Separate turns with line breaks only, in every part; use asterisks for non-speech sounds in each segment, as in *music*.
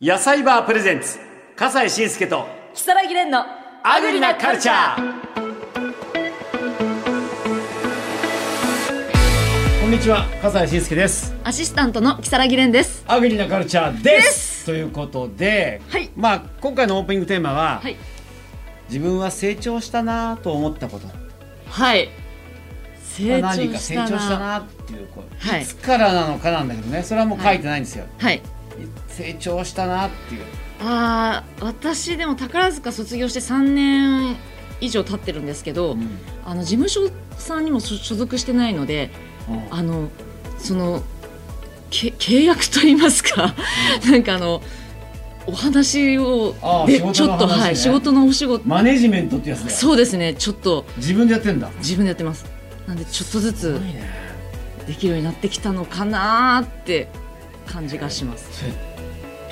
野菜バープレゼンツ笠西慎介と
木更木蓮の
アグリなカルチャー
こんにちは、笠西慎介です。
アシスタントの木更木蓮です
アグリなカルチャーです。
です
ということで、
はい
まあ今回のオープニングテーマは、
はい
自分は成長したなと思ったこと、
はい成長
何か
し
成
た
長
な
したなっていうこう、
はい
い、つからなのかなんだけどね、それはもう書いてないんですよ。
はい
成長したなっていう。
あー私でも宝塚卒業して3年以上経ってるんですけど、
ん
あの事務所さんにも所所属してないので
うん
あのそのけ契約と言いますか、なんかあのお話を
あー
で
仕事の
ちょっと、
話ね
はい、仕事のお仕事
マネジメントってやつだよ。
そうですねちょっと
自分でやってんだ。
自分でやってますなんでちょっとずつ
いね。
できるようになってきたのかなーって感じがします
それ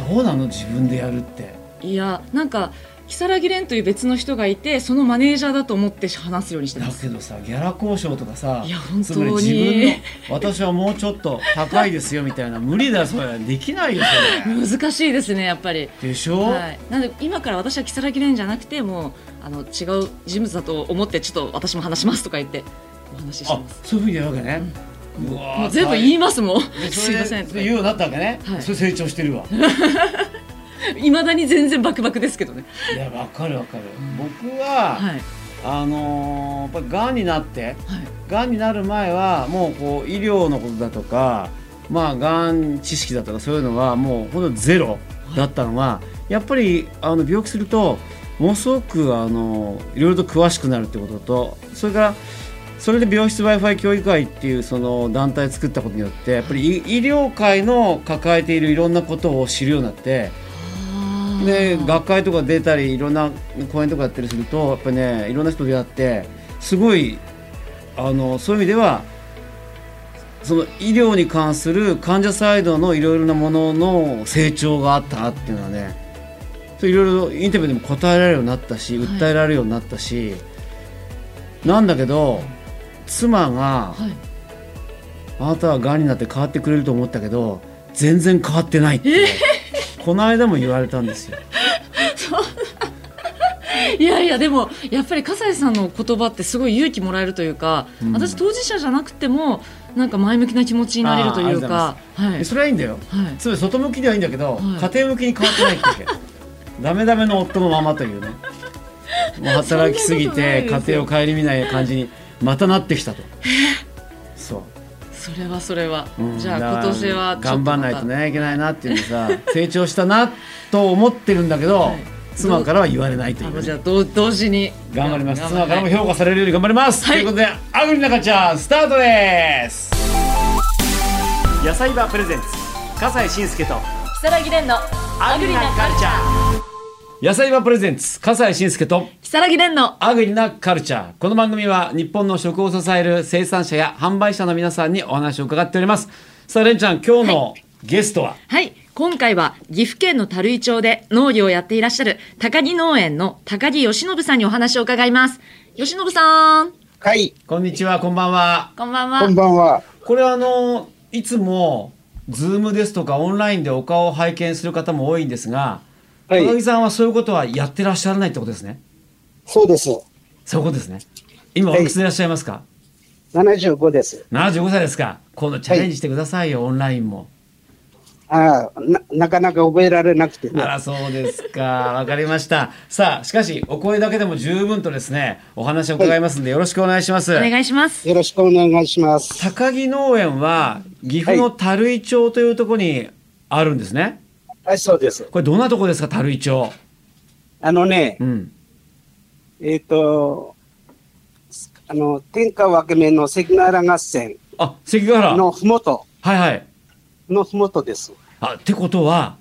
どうなの自分でやるって。
いやなんか如月蓮という別の人がいてそのマネージャーだと思って話すようにして
だ
ます
けどさギャラ交渉とかさ
いや本当に
つまり自分の私はもうちょっと高いですよみたいな無理だよそれできないよそれ
難しいですねやっぱり
でしょ、
はい、なので今から私は如月蓮じゃなくてもうあの違う人物だと思ってちょっと私も話しますとか言ってお話しして
あ
ます
そういうふうにやるわけね、うわー
もう全部言い *laughs* ますも
大
ん
変です
いません
それで言うようになったわけね、
はい
それ成長して
*laughs*
るわ
いまだに全然バクバクですけどね
いやわかるわかる、僕は、
はい
あのーやっぱりがんになって
はい
がんになる前はもうこう医療のことだとかまあがん知識だとかそういうのはもうほんとゼロだったのはやっぱりあの病気するとものすごくあのいろいろと詳しくなるってこととそれからそれで病室 w i f i 協議会っていうその団体を作ったことによってやっぱり医医療界の抱えているいろんなことを知るようになって
あー
で学会とか出たりいろんな講演とかやったりするとやっぱりねいろんな人と出会ってすごいあのそういう意味ではその医療に関する患者サイドのいろいろなものの成長があったなっていうのはねそういろいろインタビューでも答えられるようになったし
はい
訴えられるようになったし、なんだけど妻が
はい
「あなたはがんになって変わってくれると思ったけど全然変わってない」って、この間も言われたんですよ。
いやいやでもやっぱり笠井さんの言葉ってすごい勇気もらえるというか、
うん
私当事者じゃなくてもなんか前向きな気持ちになれるというかはい
えそれはいいんだよ
はい
つまり外向きではいいんだけど、
はい
家庭向きに変わってないって
*laughs*
わけダメダメの夫のままというねもう働きすぎ
そん
て
なことないです
家庭を顧みない感じにまたなってきたとそう
それはそれは、
うん
じゃ
だか
あ
ら
今年はちょっと
頑張
また
らないとねいけないなっていうのさ成長したなと思ってるんだけど、
はい
妻からは言われないという
あも
ね、
うじゃあ同同時に
頑張ります
頑
妻からも
はい
評価されるより頑張ります、
はい
ということでアグリなかちゃんスタートです
野菜バープレゼンツ笠西慎介と
如月蓮の
アグリなカルチャ
野菜はプレゼンツ笠西慎介と
如月蓮の
アグリなカルチャーこの番組は日本の食を支える生産者や販売者の皆さんにお話を伺っておりますさあれんちゃん今日のゲストは、
はい今回は岐阜県の樽井町で農業をやっていらっしゃる高木農園の高木義信さんにお話を伺います義信さん
はい、
こんにちはこんばんは
こんばんは
こんばんは。
これはあのいつもズームですとかオンラインでお顔を拝見する方も多いんですが、
はい
高木さんはそういうことはやってらっしゃらないってことですね
そうです。
そういうことですね今おいくつでいらっしゃいますか、
75です。
75歳ですか今度チャレンジしてくださいよ、オンラインも
ああ、な、なかなか覚えられなくてね
あらそうですか、わかりました。さあ、しかし、お声だけでも十分とですね、お話を伺いますんで、よろしくお願いします。
お願いします
よろしくお願いします。
高木農園は、岐阜の樽井町というところにあるんですね。
はい、そうです。
これ、どんなところですか、樽井町。
あのね
う、ん。
えっ、と、あの、天下分け目の関ヶ原合戦
あ、関ヶ原。
のふもと、
はいはい。
のふもとです。
あ、ってことは、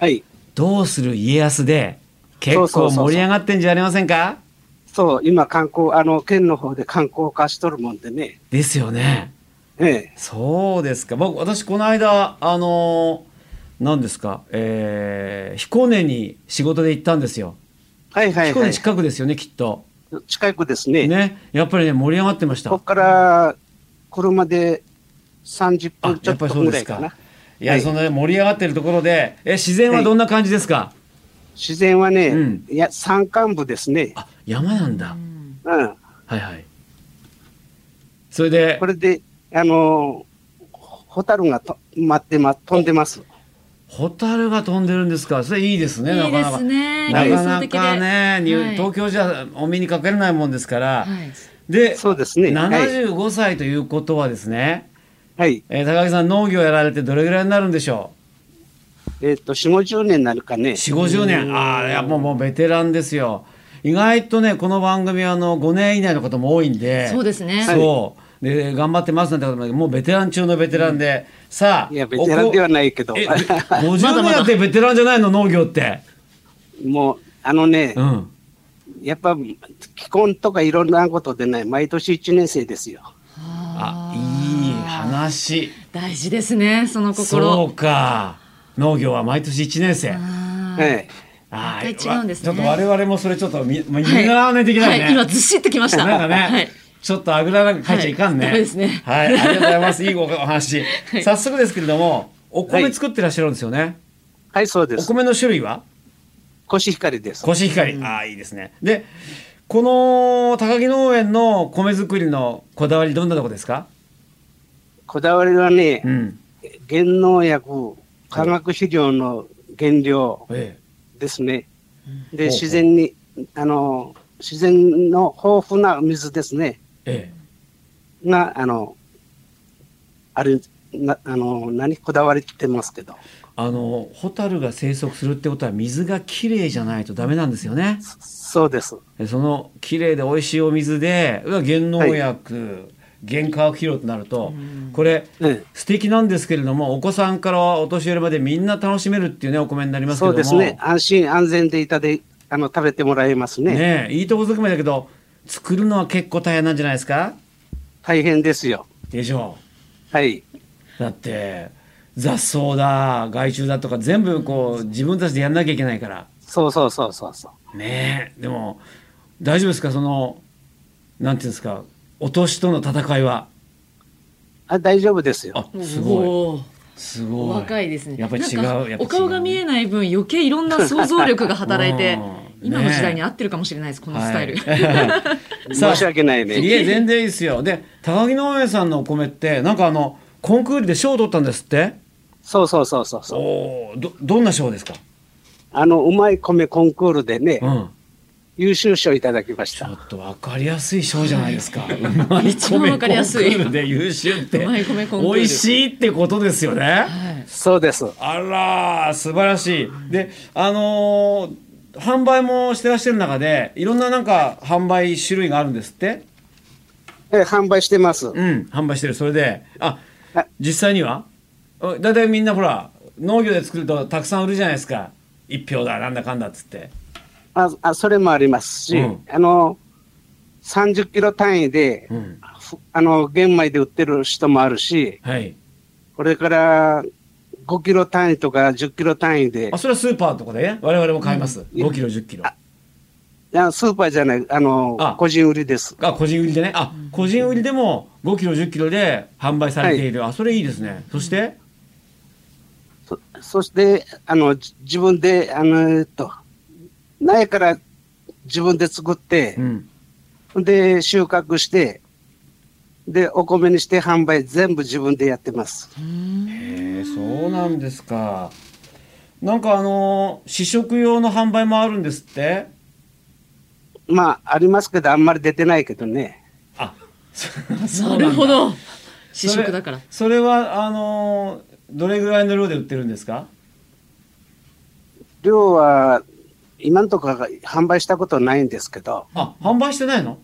はい。
どうする家康で、結
そうそ
構
うそうそう
盛り上がってんじゃありませんか
そう、今観光、あの、県の方で観光化しとるもんでね。
ですよね。
ええ。
そうですか。僕、私、この間、あのー、何ですか、えー、彦根に仕事で行ったんですよ。
はいはい
彦
は
根
い。
近くですよね、きっと。
近くですね。
ね。やっぱりね、盛り上がってました。
ここから、車で30
あ
分、ちょ
や
っ
っぱ
と
りそう
ぐ
で
ら
す
いかな
か。。いや、
はい
そんな盛り上がってるところで、え、自然はどんな感じですか。
自然はね、
うん
いや山間部ですね。
あ、山なんだ。
うん、
はいはい。それで
こ、れで、あのーホタルがと待ってま飛んでます。
ホタルが飛んでるんですか。それいいですね。
いいで
なかな
す
か。
ね。
なかな
幻想的で
かね、に
はい
東京じゃお目にかけれないもんですから、
はい。
で
そうですね。はい。
75歳ということはですね、
はい、
えー高木さん農業やられてどれぐらいになるんでしょ
えっ、と、4、50年になるかね
う。4 5 0年ああいやもうもうベテランですよ意外とねこの番組はあの5年以内のことも多いんで
そうですね
そうで頑張ってますなんてこともないけどもうベテラン中のベテランで、さあ
いや、ベテランではいないけど、
50
まだま
年
だ
ってベテランじゃないの農業って
*laughs* もう、あのね、
うん
やっぱ、既婚とかいろんなことでね、毎年1年生ですよ。
あいい話
大事ですね、その心。
そうか農業は毎年1年生
あー
ええ
あ
絶対違うんですね
ちょっと我々もそれちょっと見見
はい
習わないといけないね。
はい今ずしっときました。
なんかね、
*laughs* はい。
ちょっとあぐらなんか書いちゃいかんね。
はいダメですね
はい、ありがとうございます。いいお話。
はい
早速ですけれども、お
は
米
い
作ってらっしゃるんですよね。
はい、そうで
お
す。
米の種類は
コシヒカリです。
コシヒカリ。ああ、いいですね。で、この高木農園の米作りのこだわりどんなとこですか
こだわりはね、
うん。
原農薬、化学肥料の原料
え
ですね。
ほうほう
で、自然に、あの、自然の豊富な水ですね。
え。え
が、あの、あれ、なあの、何こだわりってますけど。
え。あの、ホタルが生息するってことは水がきれいじゃないとダメなんですよね。
そうです。
でその綺麗で美味しいお水でうわ原農薬、原化学肥料となると、これ
うん。
素敵なんですけれどもお子さんからお年寄りまでみんな楽しめるっていうねお米になりますけ
そ
れ
う
ども
ですね。安心安全でいたで、あの、食べてもらえますね。
ねえいいとこづくめだけど作るのは結構大変なんじゃないですか
大変ですよ。
でしょ
はい。
うだって雑草だ害虫だとか全部こう自分たちでやんなきゃいけないから
そうそうそうそうそう。
ねえでも大丈夫ですかそのなんていうんですかお年との戦いは
あ、大丈夫ですよ。
あすごい
おー
すごい。
お若いですね。
やっぱり違う。
なんか
やっぱ違う
お顔が見えない分、余計いろんな想像力が働いて
*laughs* うんね、
今の時代に合ってるかもしれないです、このスタイル。 *laughs*
*laughs*
はい、
申し訳
な
ない
い
ね。
え、全然いいですよ。で、高木農園さんのお米って、なんかあの、コンクールで賞を取ったんですって。
そうそうそうそうそう。
おお、ど、どんな賞ですか。
あの、うまい米コンクールでね、
うん。
優秀賞いただきまし
ちょ
た。
っとわかりやすい賞じゃないですか。うまい
*laughs* 一番
米コ
わ
ン
か
ク
りやすい
ールで優秀って。
うまい米コンクール
美味しいってことですよね。
はい
そうです。
あらー素晴らしい。で、あのー販売もしてらっしゃる中で、いろんななんか販売種類があるんですって。
え、販売してます。
うん、販売してる。それで、あ
はい、
実際にはおだいたいみんなほら、農業で作るとたくさん売るじゃないですか。一票だ、なんだかんだっつって。
あ、あそれもありますし、
うん
あの、30キロ単位で、
うん。
ふあの、玄米で売ってる人もあるし、
はい。
これから5キロ単位とか10キロ単位で
あ、、それはスーパーとかでね、我々も買います。5キロ、10キロ。
あスーパーじゃない、あの、
あ
個人売りです。
あ、個人売りでね。あ、個人売りでも5キロ、10キロで販売されている。あ、それいいですね。そして、
そそして、あの、じ自分で、あの、えっと、苗から自分で作って
う、ん。
で、収穫して、で、お米にして販売全部自分でやってます。
へえ、そうなんですか。なんかあのー試食用の販売もあるんですって。
まあ、ありますけど、あんまり出てないけどね。
*laughs* あ、そ
なるほど。試食だから。
それそれはあのーどれぐらいの量で売ってるんですか
量は、今んとこが販売したことないんですけど、
あ販売してないの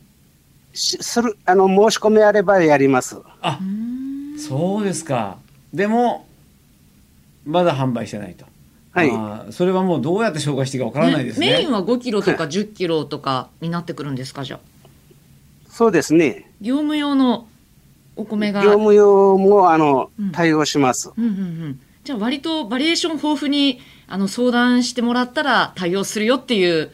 しする、あの、申し込みあればやります。
あそうですかでもまだ販売してないと
はい。
あーそれはもうどうやって紹介していいかわからないですね
メインは5キロとか10キロとかになってくるんですか、じゃあ。
そうですね。
業務用のお米が。
業務用も、あの
うん、
対応します。
うんうんうん。じゃあ割とバリエーション豊富にあの相談してもらったら対応するよっていう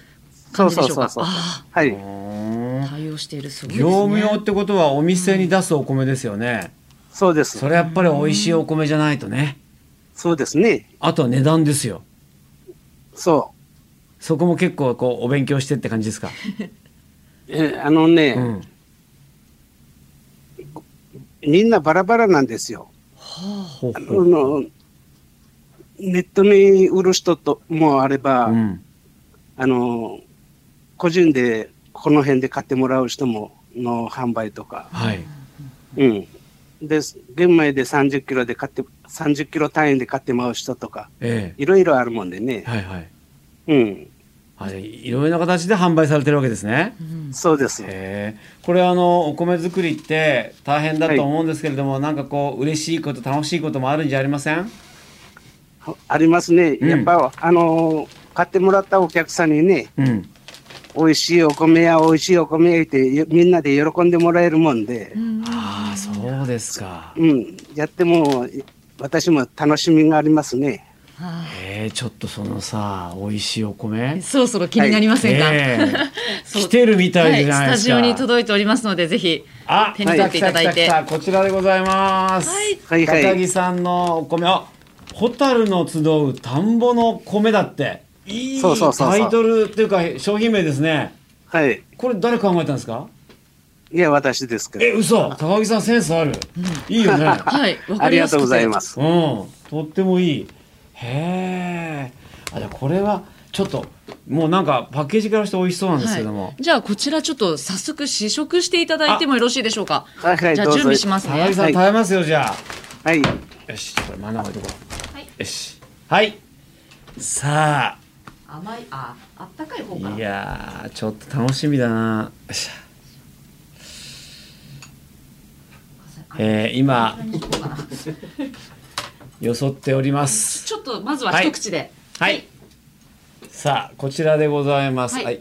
感じでしょうか。
そうそうそうそう
あ
は
う
い。
ー
あ、
ん
対応しているすごいですね。
業務用ってことはお店に出すお米ですよね、
そうです
そ。れやっぱり美味しいお米じゃないとね、
そうですね。
あとは値段ですよ
そ
そこも結構こうお勉強してって感じですか、
う。えあのね、
うん、
みんなバラバラなんですよ。
ほう
あ
ほう
のネットに売る人ともあれば、
うん
あの個人でこの辺で買ってもらう人もの販売とか、
はい
うん、で玄米で30キロで買って30キロ単位で買ってもらう人とか
え
いろいろあるもんでね
え、はいはい
うん、
あれいろいろな形で販売されてるわけですね
うん
そうです。
へえこれあのお米作りって大変だと思うんですけれども、なんかこう嬉しいこと楽しいこともあるんじゃありません
ありますね。
うん
やっぱ、あの買ってもらったお客さんにね、
うん
美味しいお米や美味しいお米やってよみんなで喜んでもらえるもんで
う、ん
ああそうですか
うん、やっても私も楽しみがありますね。
あ
えー、ちょっとそのさ美味しいお
ー
米
そろそろ気になりませんか、
ええ
*laughs* そう
来てるみたいじゃないで
はスタ
す
ジ
か、
オに届いておりますのでぜひ
あ、
手に取っていただいて
来た来た来た来たこちらでございます。
はい
はいはい
高木さんのお米、あ、ホタルの集う田んぼの米だって。いい
そうそうそうそう
タイトルっていうか商品名ですね。
はい。
これ誰考えたんですか？
いや、私ですけ
え、
ど。
嘘。高木さんセンスある。いいよ
*laughs*
ね。
はいわ
あ
か
り
り
が
やす
と
くて
うございます。
うん、とってもいい。へえ。あ、じゃあこれはちょっともうなんかパッケージからして美味しそうなんですけども。
はい、じゃあこちらちょっと早速試食していただいてもよろしいでしょうか
はいはい
じゃあ
どう
準
ぞ
備します
高木
ね
さん
はい
食べますよじゃあ。
はい。
よし、ちょっとこれ真ん中置いとこう。よし。はい。さ
甘いああったかい方
あ、いやー、ちょっと楽しみだな。よっしゃえー、今、よそっております。
ちょっとまずは一口で、
はい。さあ、こちらでございます。は
はい
い。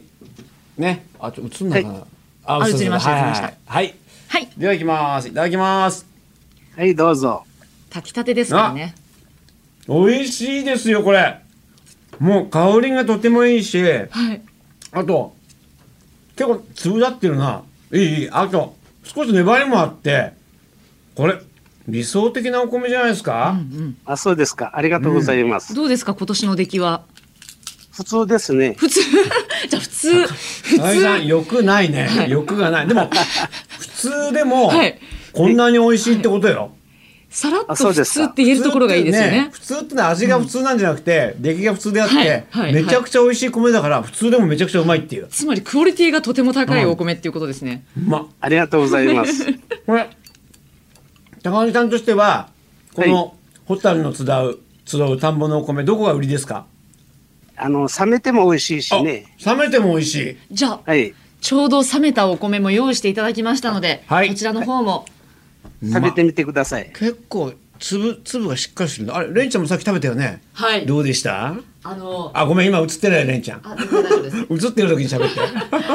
ね、あ、ちょ、映んのかな。
あ
そうそう
映りました
はい
映りました
はいはい。
はい、
では、いきます。いただきます。
はい、どうぞ。
炊きたてですからね
美味しいですよ、これ。もう香りがとてもいいし。
はい
あと、結構粒立ってるな。いい、いい。あと、少し粘りもあって、これ、理想的なお米じゃないですか、
あ、そうですか。ありがとうございます。
どうですか今年の出来は
普通ですね。
普通 *laughs* じゃあ普通普
高木さん、
通
欲ないね。欲がない。で
*laughs*
も、普通でも、
はい
こんなに美味しいってことよ。
さらっと
あそう
普
です
通っ
か
て言えるところがいいですよね
普通ってね普通ってのは味が普通なんじゃなくて、出来が普通であって、
はいはい
めちゃくちゃ美味しい米だから、普通でもめちゃくちゃうまいっていう。
つまりクオリティがとても高いお米っていうことですね、
うまっ
ありがとうございます。
これ高木さんとしてはこ
は
のホタルの集う集う田んぼのお米どこが売りですか、
あの、冷めても美味しいしね。
あ冷めても美味しい
じゃあ
はい。
ちょうど冷めたお米も用意していただきましたので、
はい
こちらの方も
食べてみてください。
結構粒粒がしっかりしてるのあれレンちゃんもさっき食べたよね
はい
どうでした
あの
あごめん今映ってないレンちゃん
あ全然大丈夫です
*laughs* 映ってる時に喋
*laughs*
って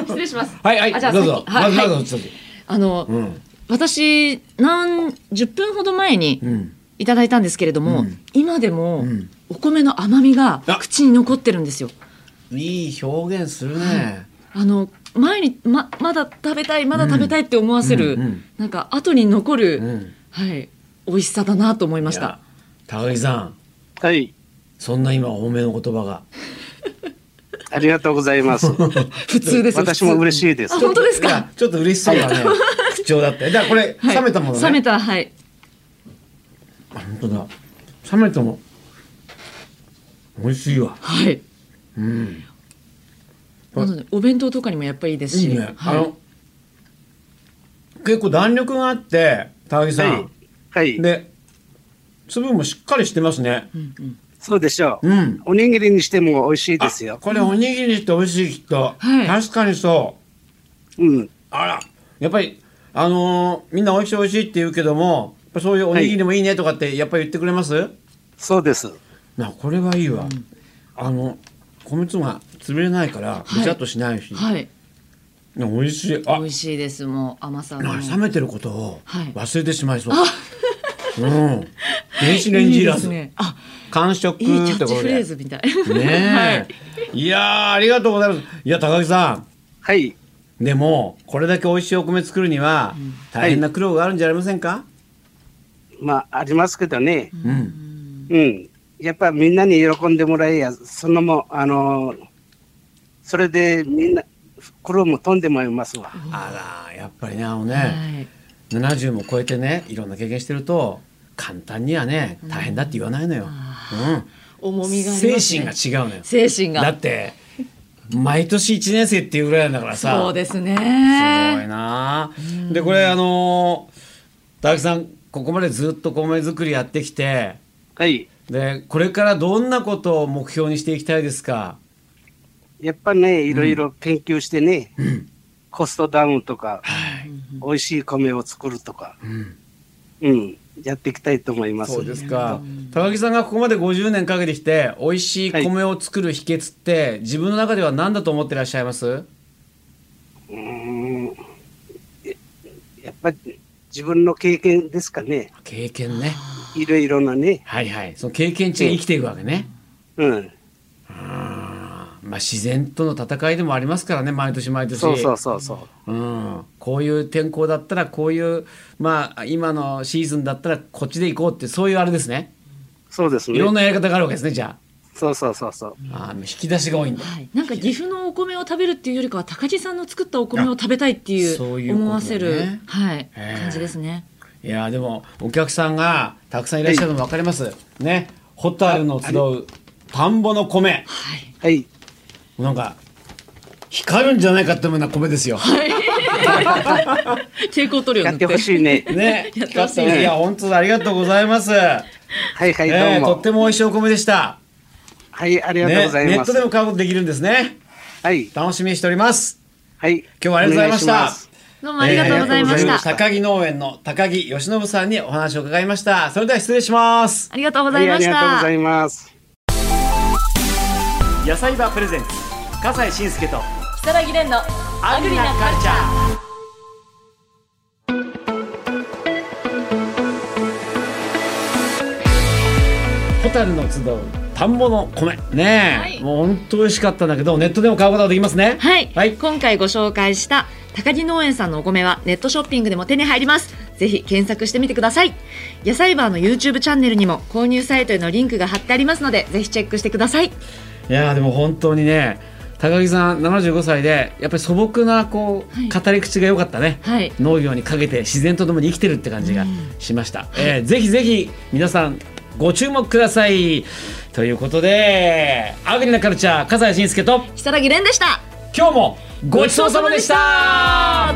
失礼します
はいは
あ
い
じゃあ
どうぞ
先は
ま
い
ずま
はい
ずどうぞ
あの、
ん
私何10分ほど前に
ん
いただいたんですけれども、今でも
ん
お米の甘みが
あ
口に残ってるんですよ
いい表現するね、
あの前にままだ食べたいまだ食べたいって思わせる、
うんうん
なんか後に残る、
うん
はい美味しさだなと思いま
い
し
や
た
高木さん
はい。
そんな今お褒めの言葉が
ありがとうござい *laughs* ます。
普通ですよ
私も嬉
い
しいです
あ。本当です
い
か
やちょっと嬉しそうだね、口調だってだからこれ、
はい
冷めたものね
冷めたはい
あ本当だ冷めても美味しいわ
はい
うん
なのでお弁当とかにもやっぱりいいです
い
し
いね、あ
はい
の結構弾力があって高木さん、
はい。
で粒もしっかりしてますね
そうでしょう。
うん
おにぎりにしても美味しいですよ。
これおにぎりって美味しいきっと、
はい
確かにそう
うん。
あらやっぱりあのーみんな美味しい美味しいって言うけどもやっぱそういうおにぎりもいいねとかってやっぱり言ってくれます、
そうです。
なこれはいいわ、あの米粒が潰れないから
い
ぐちゃっとしないし、
はい
な美味しいあ
美味しいですもう甘さの
な冷めてることを
はい
忘れてしまいそう、うん電子レンジいらず
いいですねあ
完食って
いいキャッ
こ
チ
と
フレー
で
ズみたい *laughs*
ねえ、い、やーありがとうございますいや高木さ
はい。
んでもこれだけ美味しいお米作るには大変な苦労があるんじゃありませんか、
まあ、ありますけどね。
うん
うん。やっぱみんなに喜んでもらえや、そのも、あのーそれでみんな、苦労も飛んでもいますわ。
あらやっぱりねあの
は
ね、
い。
70も超えてねいろんな経験してると簡単にはね大変だって言わないのよ、
重
うん
みがあり
精
ます
神が。違
ね
うのよ
精神
だ
が
っ。て毎年1年生っていうぐらいだからさ
そうです
すごい
ね。
なあでこれあのー大木さんここまでずっと米作りやってきて
はい。
でこれからどんなことを目標にしていきたいですか
やっぱね、いろいろ研究してね、コストダウンとか、
はい
美味しい米を作るとか、うん、やっていきたいと思います。
そうですか高木さんがここまで50年かけてきて美味しい米を作る秘訣って、自分の中では何だと思ってらっしゃいます
うーんえやっぱり自分の経験ですかね。
経験ね
いろいろなね。
はいはいその経験値が生きていくわけね、
うん。
まあ、自然との戦いでもありますからね毎年毎年
そうそうそうそう。
うん、こういう天候だったらこういう、まあ、今のシーズンだったらこっちで行こうってそういうあれですね
そうです
い
ね。
ろんなやり方があるわけですねじゃ
そうそうそうそう。
ああー引き出しが多いんだ、
はい、なんか岐阜のお米を食べるっていうよりかは高木さんの作ったお米を食べたいっていう
そういうことね
思わせるはい、
へえ
感じですね。
いやーでもお客さんがたくさんいらっしゃるのも分かります、ねホタルの集う田んぼの米
はい、
はい。
なんか光るんじゃないかって思うような米ですよ、
抵抗塗料
や
塗
っ
って
てほし
*laughs*
いね。 *laughs*
ね
やってほ
光っ
しい
た
ね
いや本当だありがとうございます、
はいはい、ど
えー、
うも。
とっても美味しいお米でした
はい、ありがとう
ね
ござい
ネ
ま
ッ
す。
トでも買うことできるんですね
はい。
楽しみにしております
はい。今
日はありがとうございました
どうもありがとうございま
えーあり
し
がとうございま
た
した。
高木農園の高木義信さんにお話を伺いました。それでは失礼します。
ありがとうござ
はいい、あ
まし
りがとうご
た
ざ。います。
野菜場プレゼンツ笠西慎介と
木更木蓮の
アグリなカルチャー
ホタルの集う田んぼの米。ねえ、
はい
もう本当美味しかったんだけど、ネットでも買うことができますね。
はい、
はい。
今回ご紹介した高木農園さんのお米はネットショッピングでも手に入りますぜひ検索してみてください野菜バーの YouTube チャンネルにも購入サイトへのリンクが貼ってありますのでぜひチェックしてください
いやーでも本当にね、高木さん75歳で、やっぱり素朴なこう、
はい
語り口が良かったね。
はい
農業にかけて自然とともに生きてるって感じがしました、えーぜひぜひ皆さんご注目くださいということでアグリなカルチャー笠谷慎介と
如月蓮でした
今日もごちそうさまでした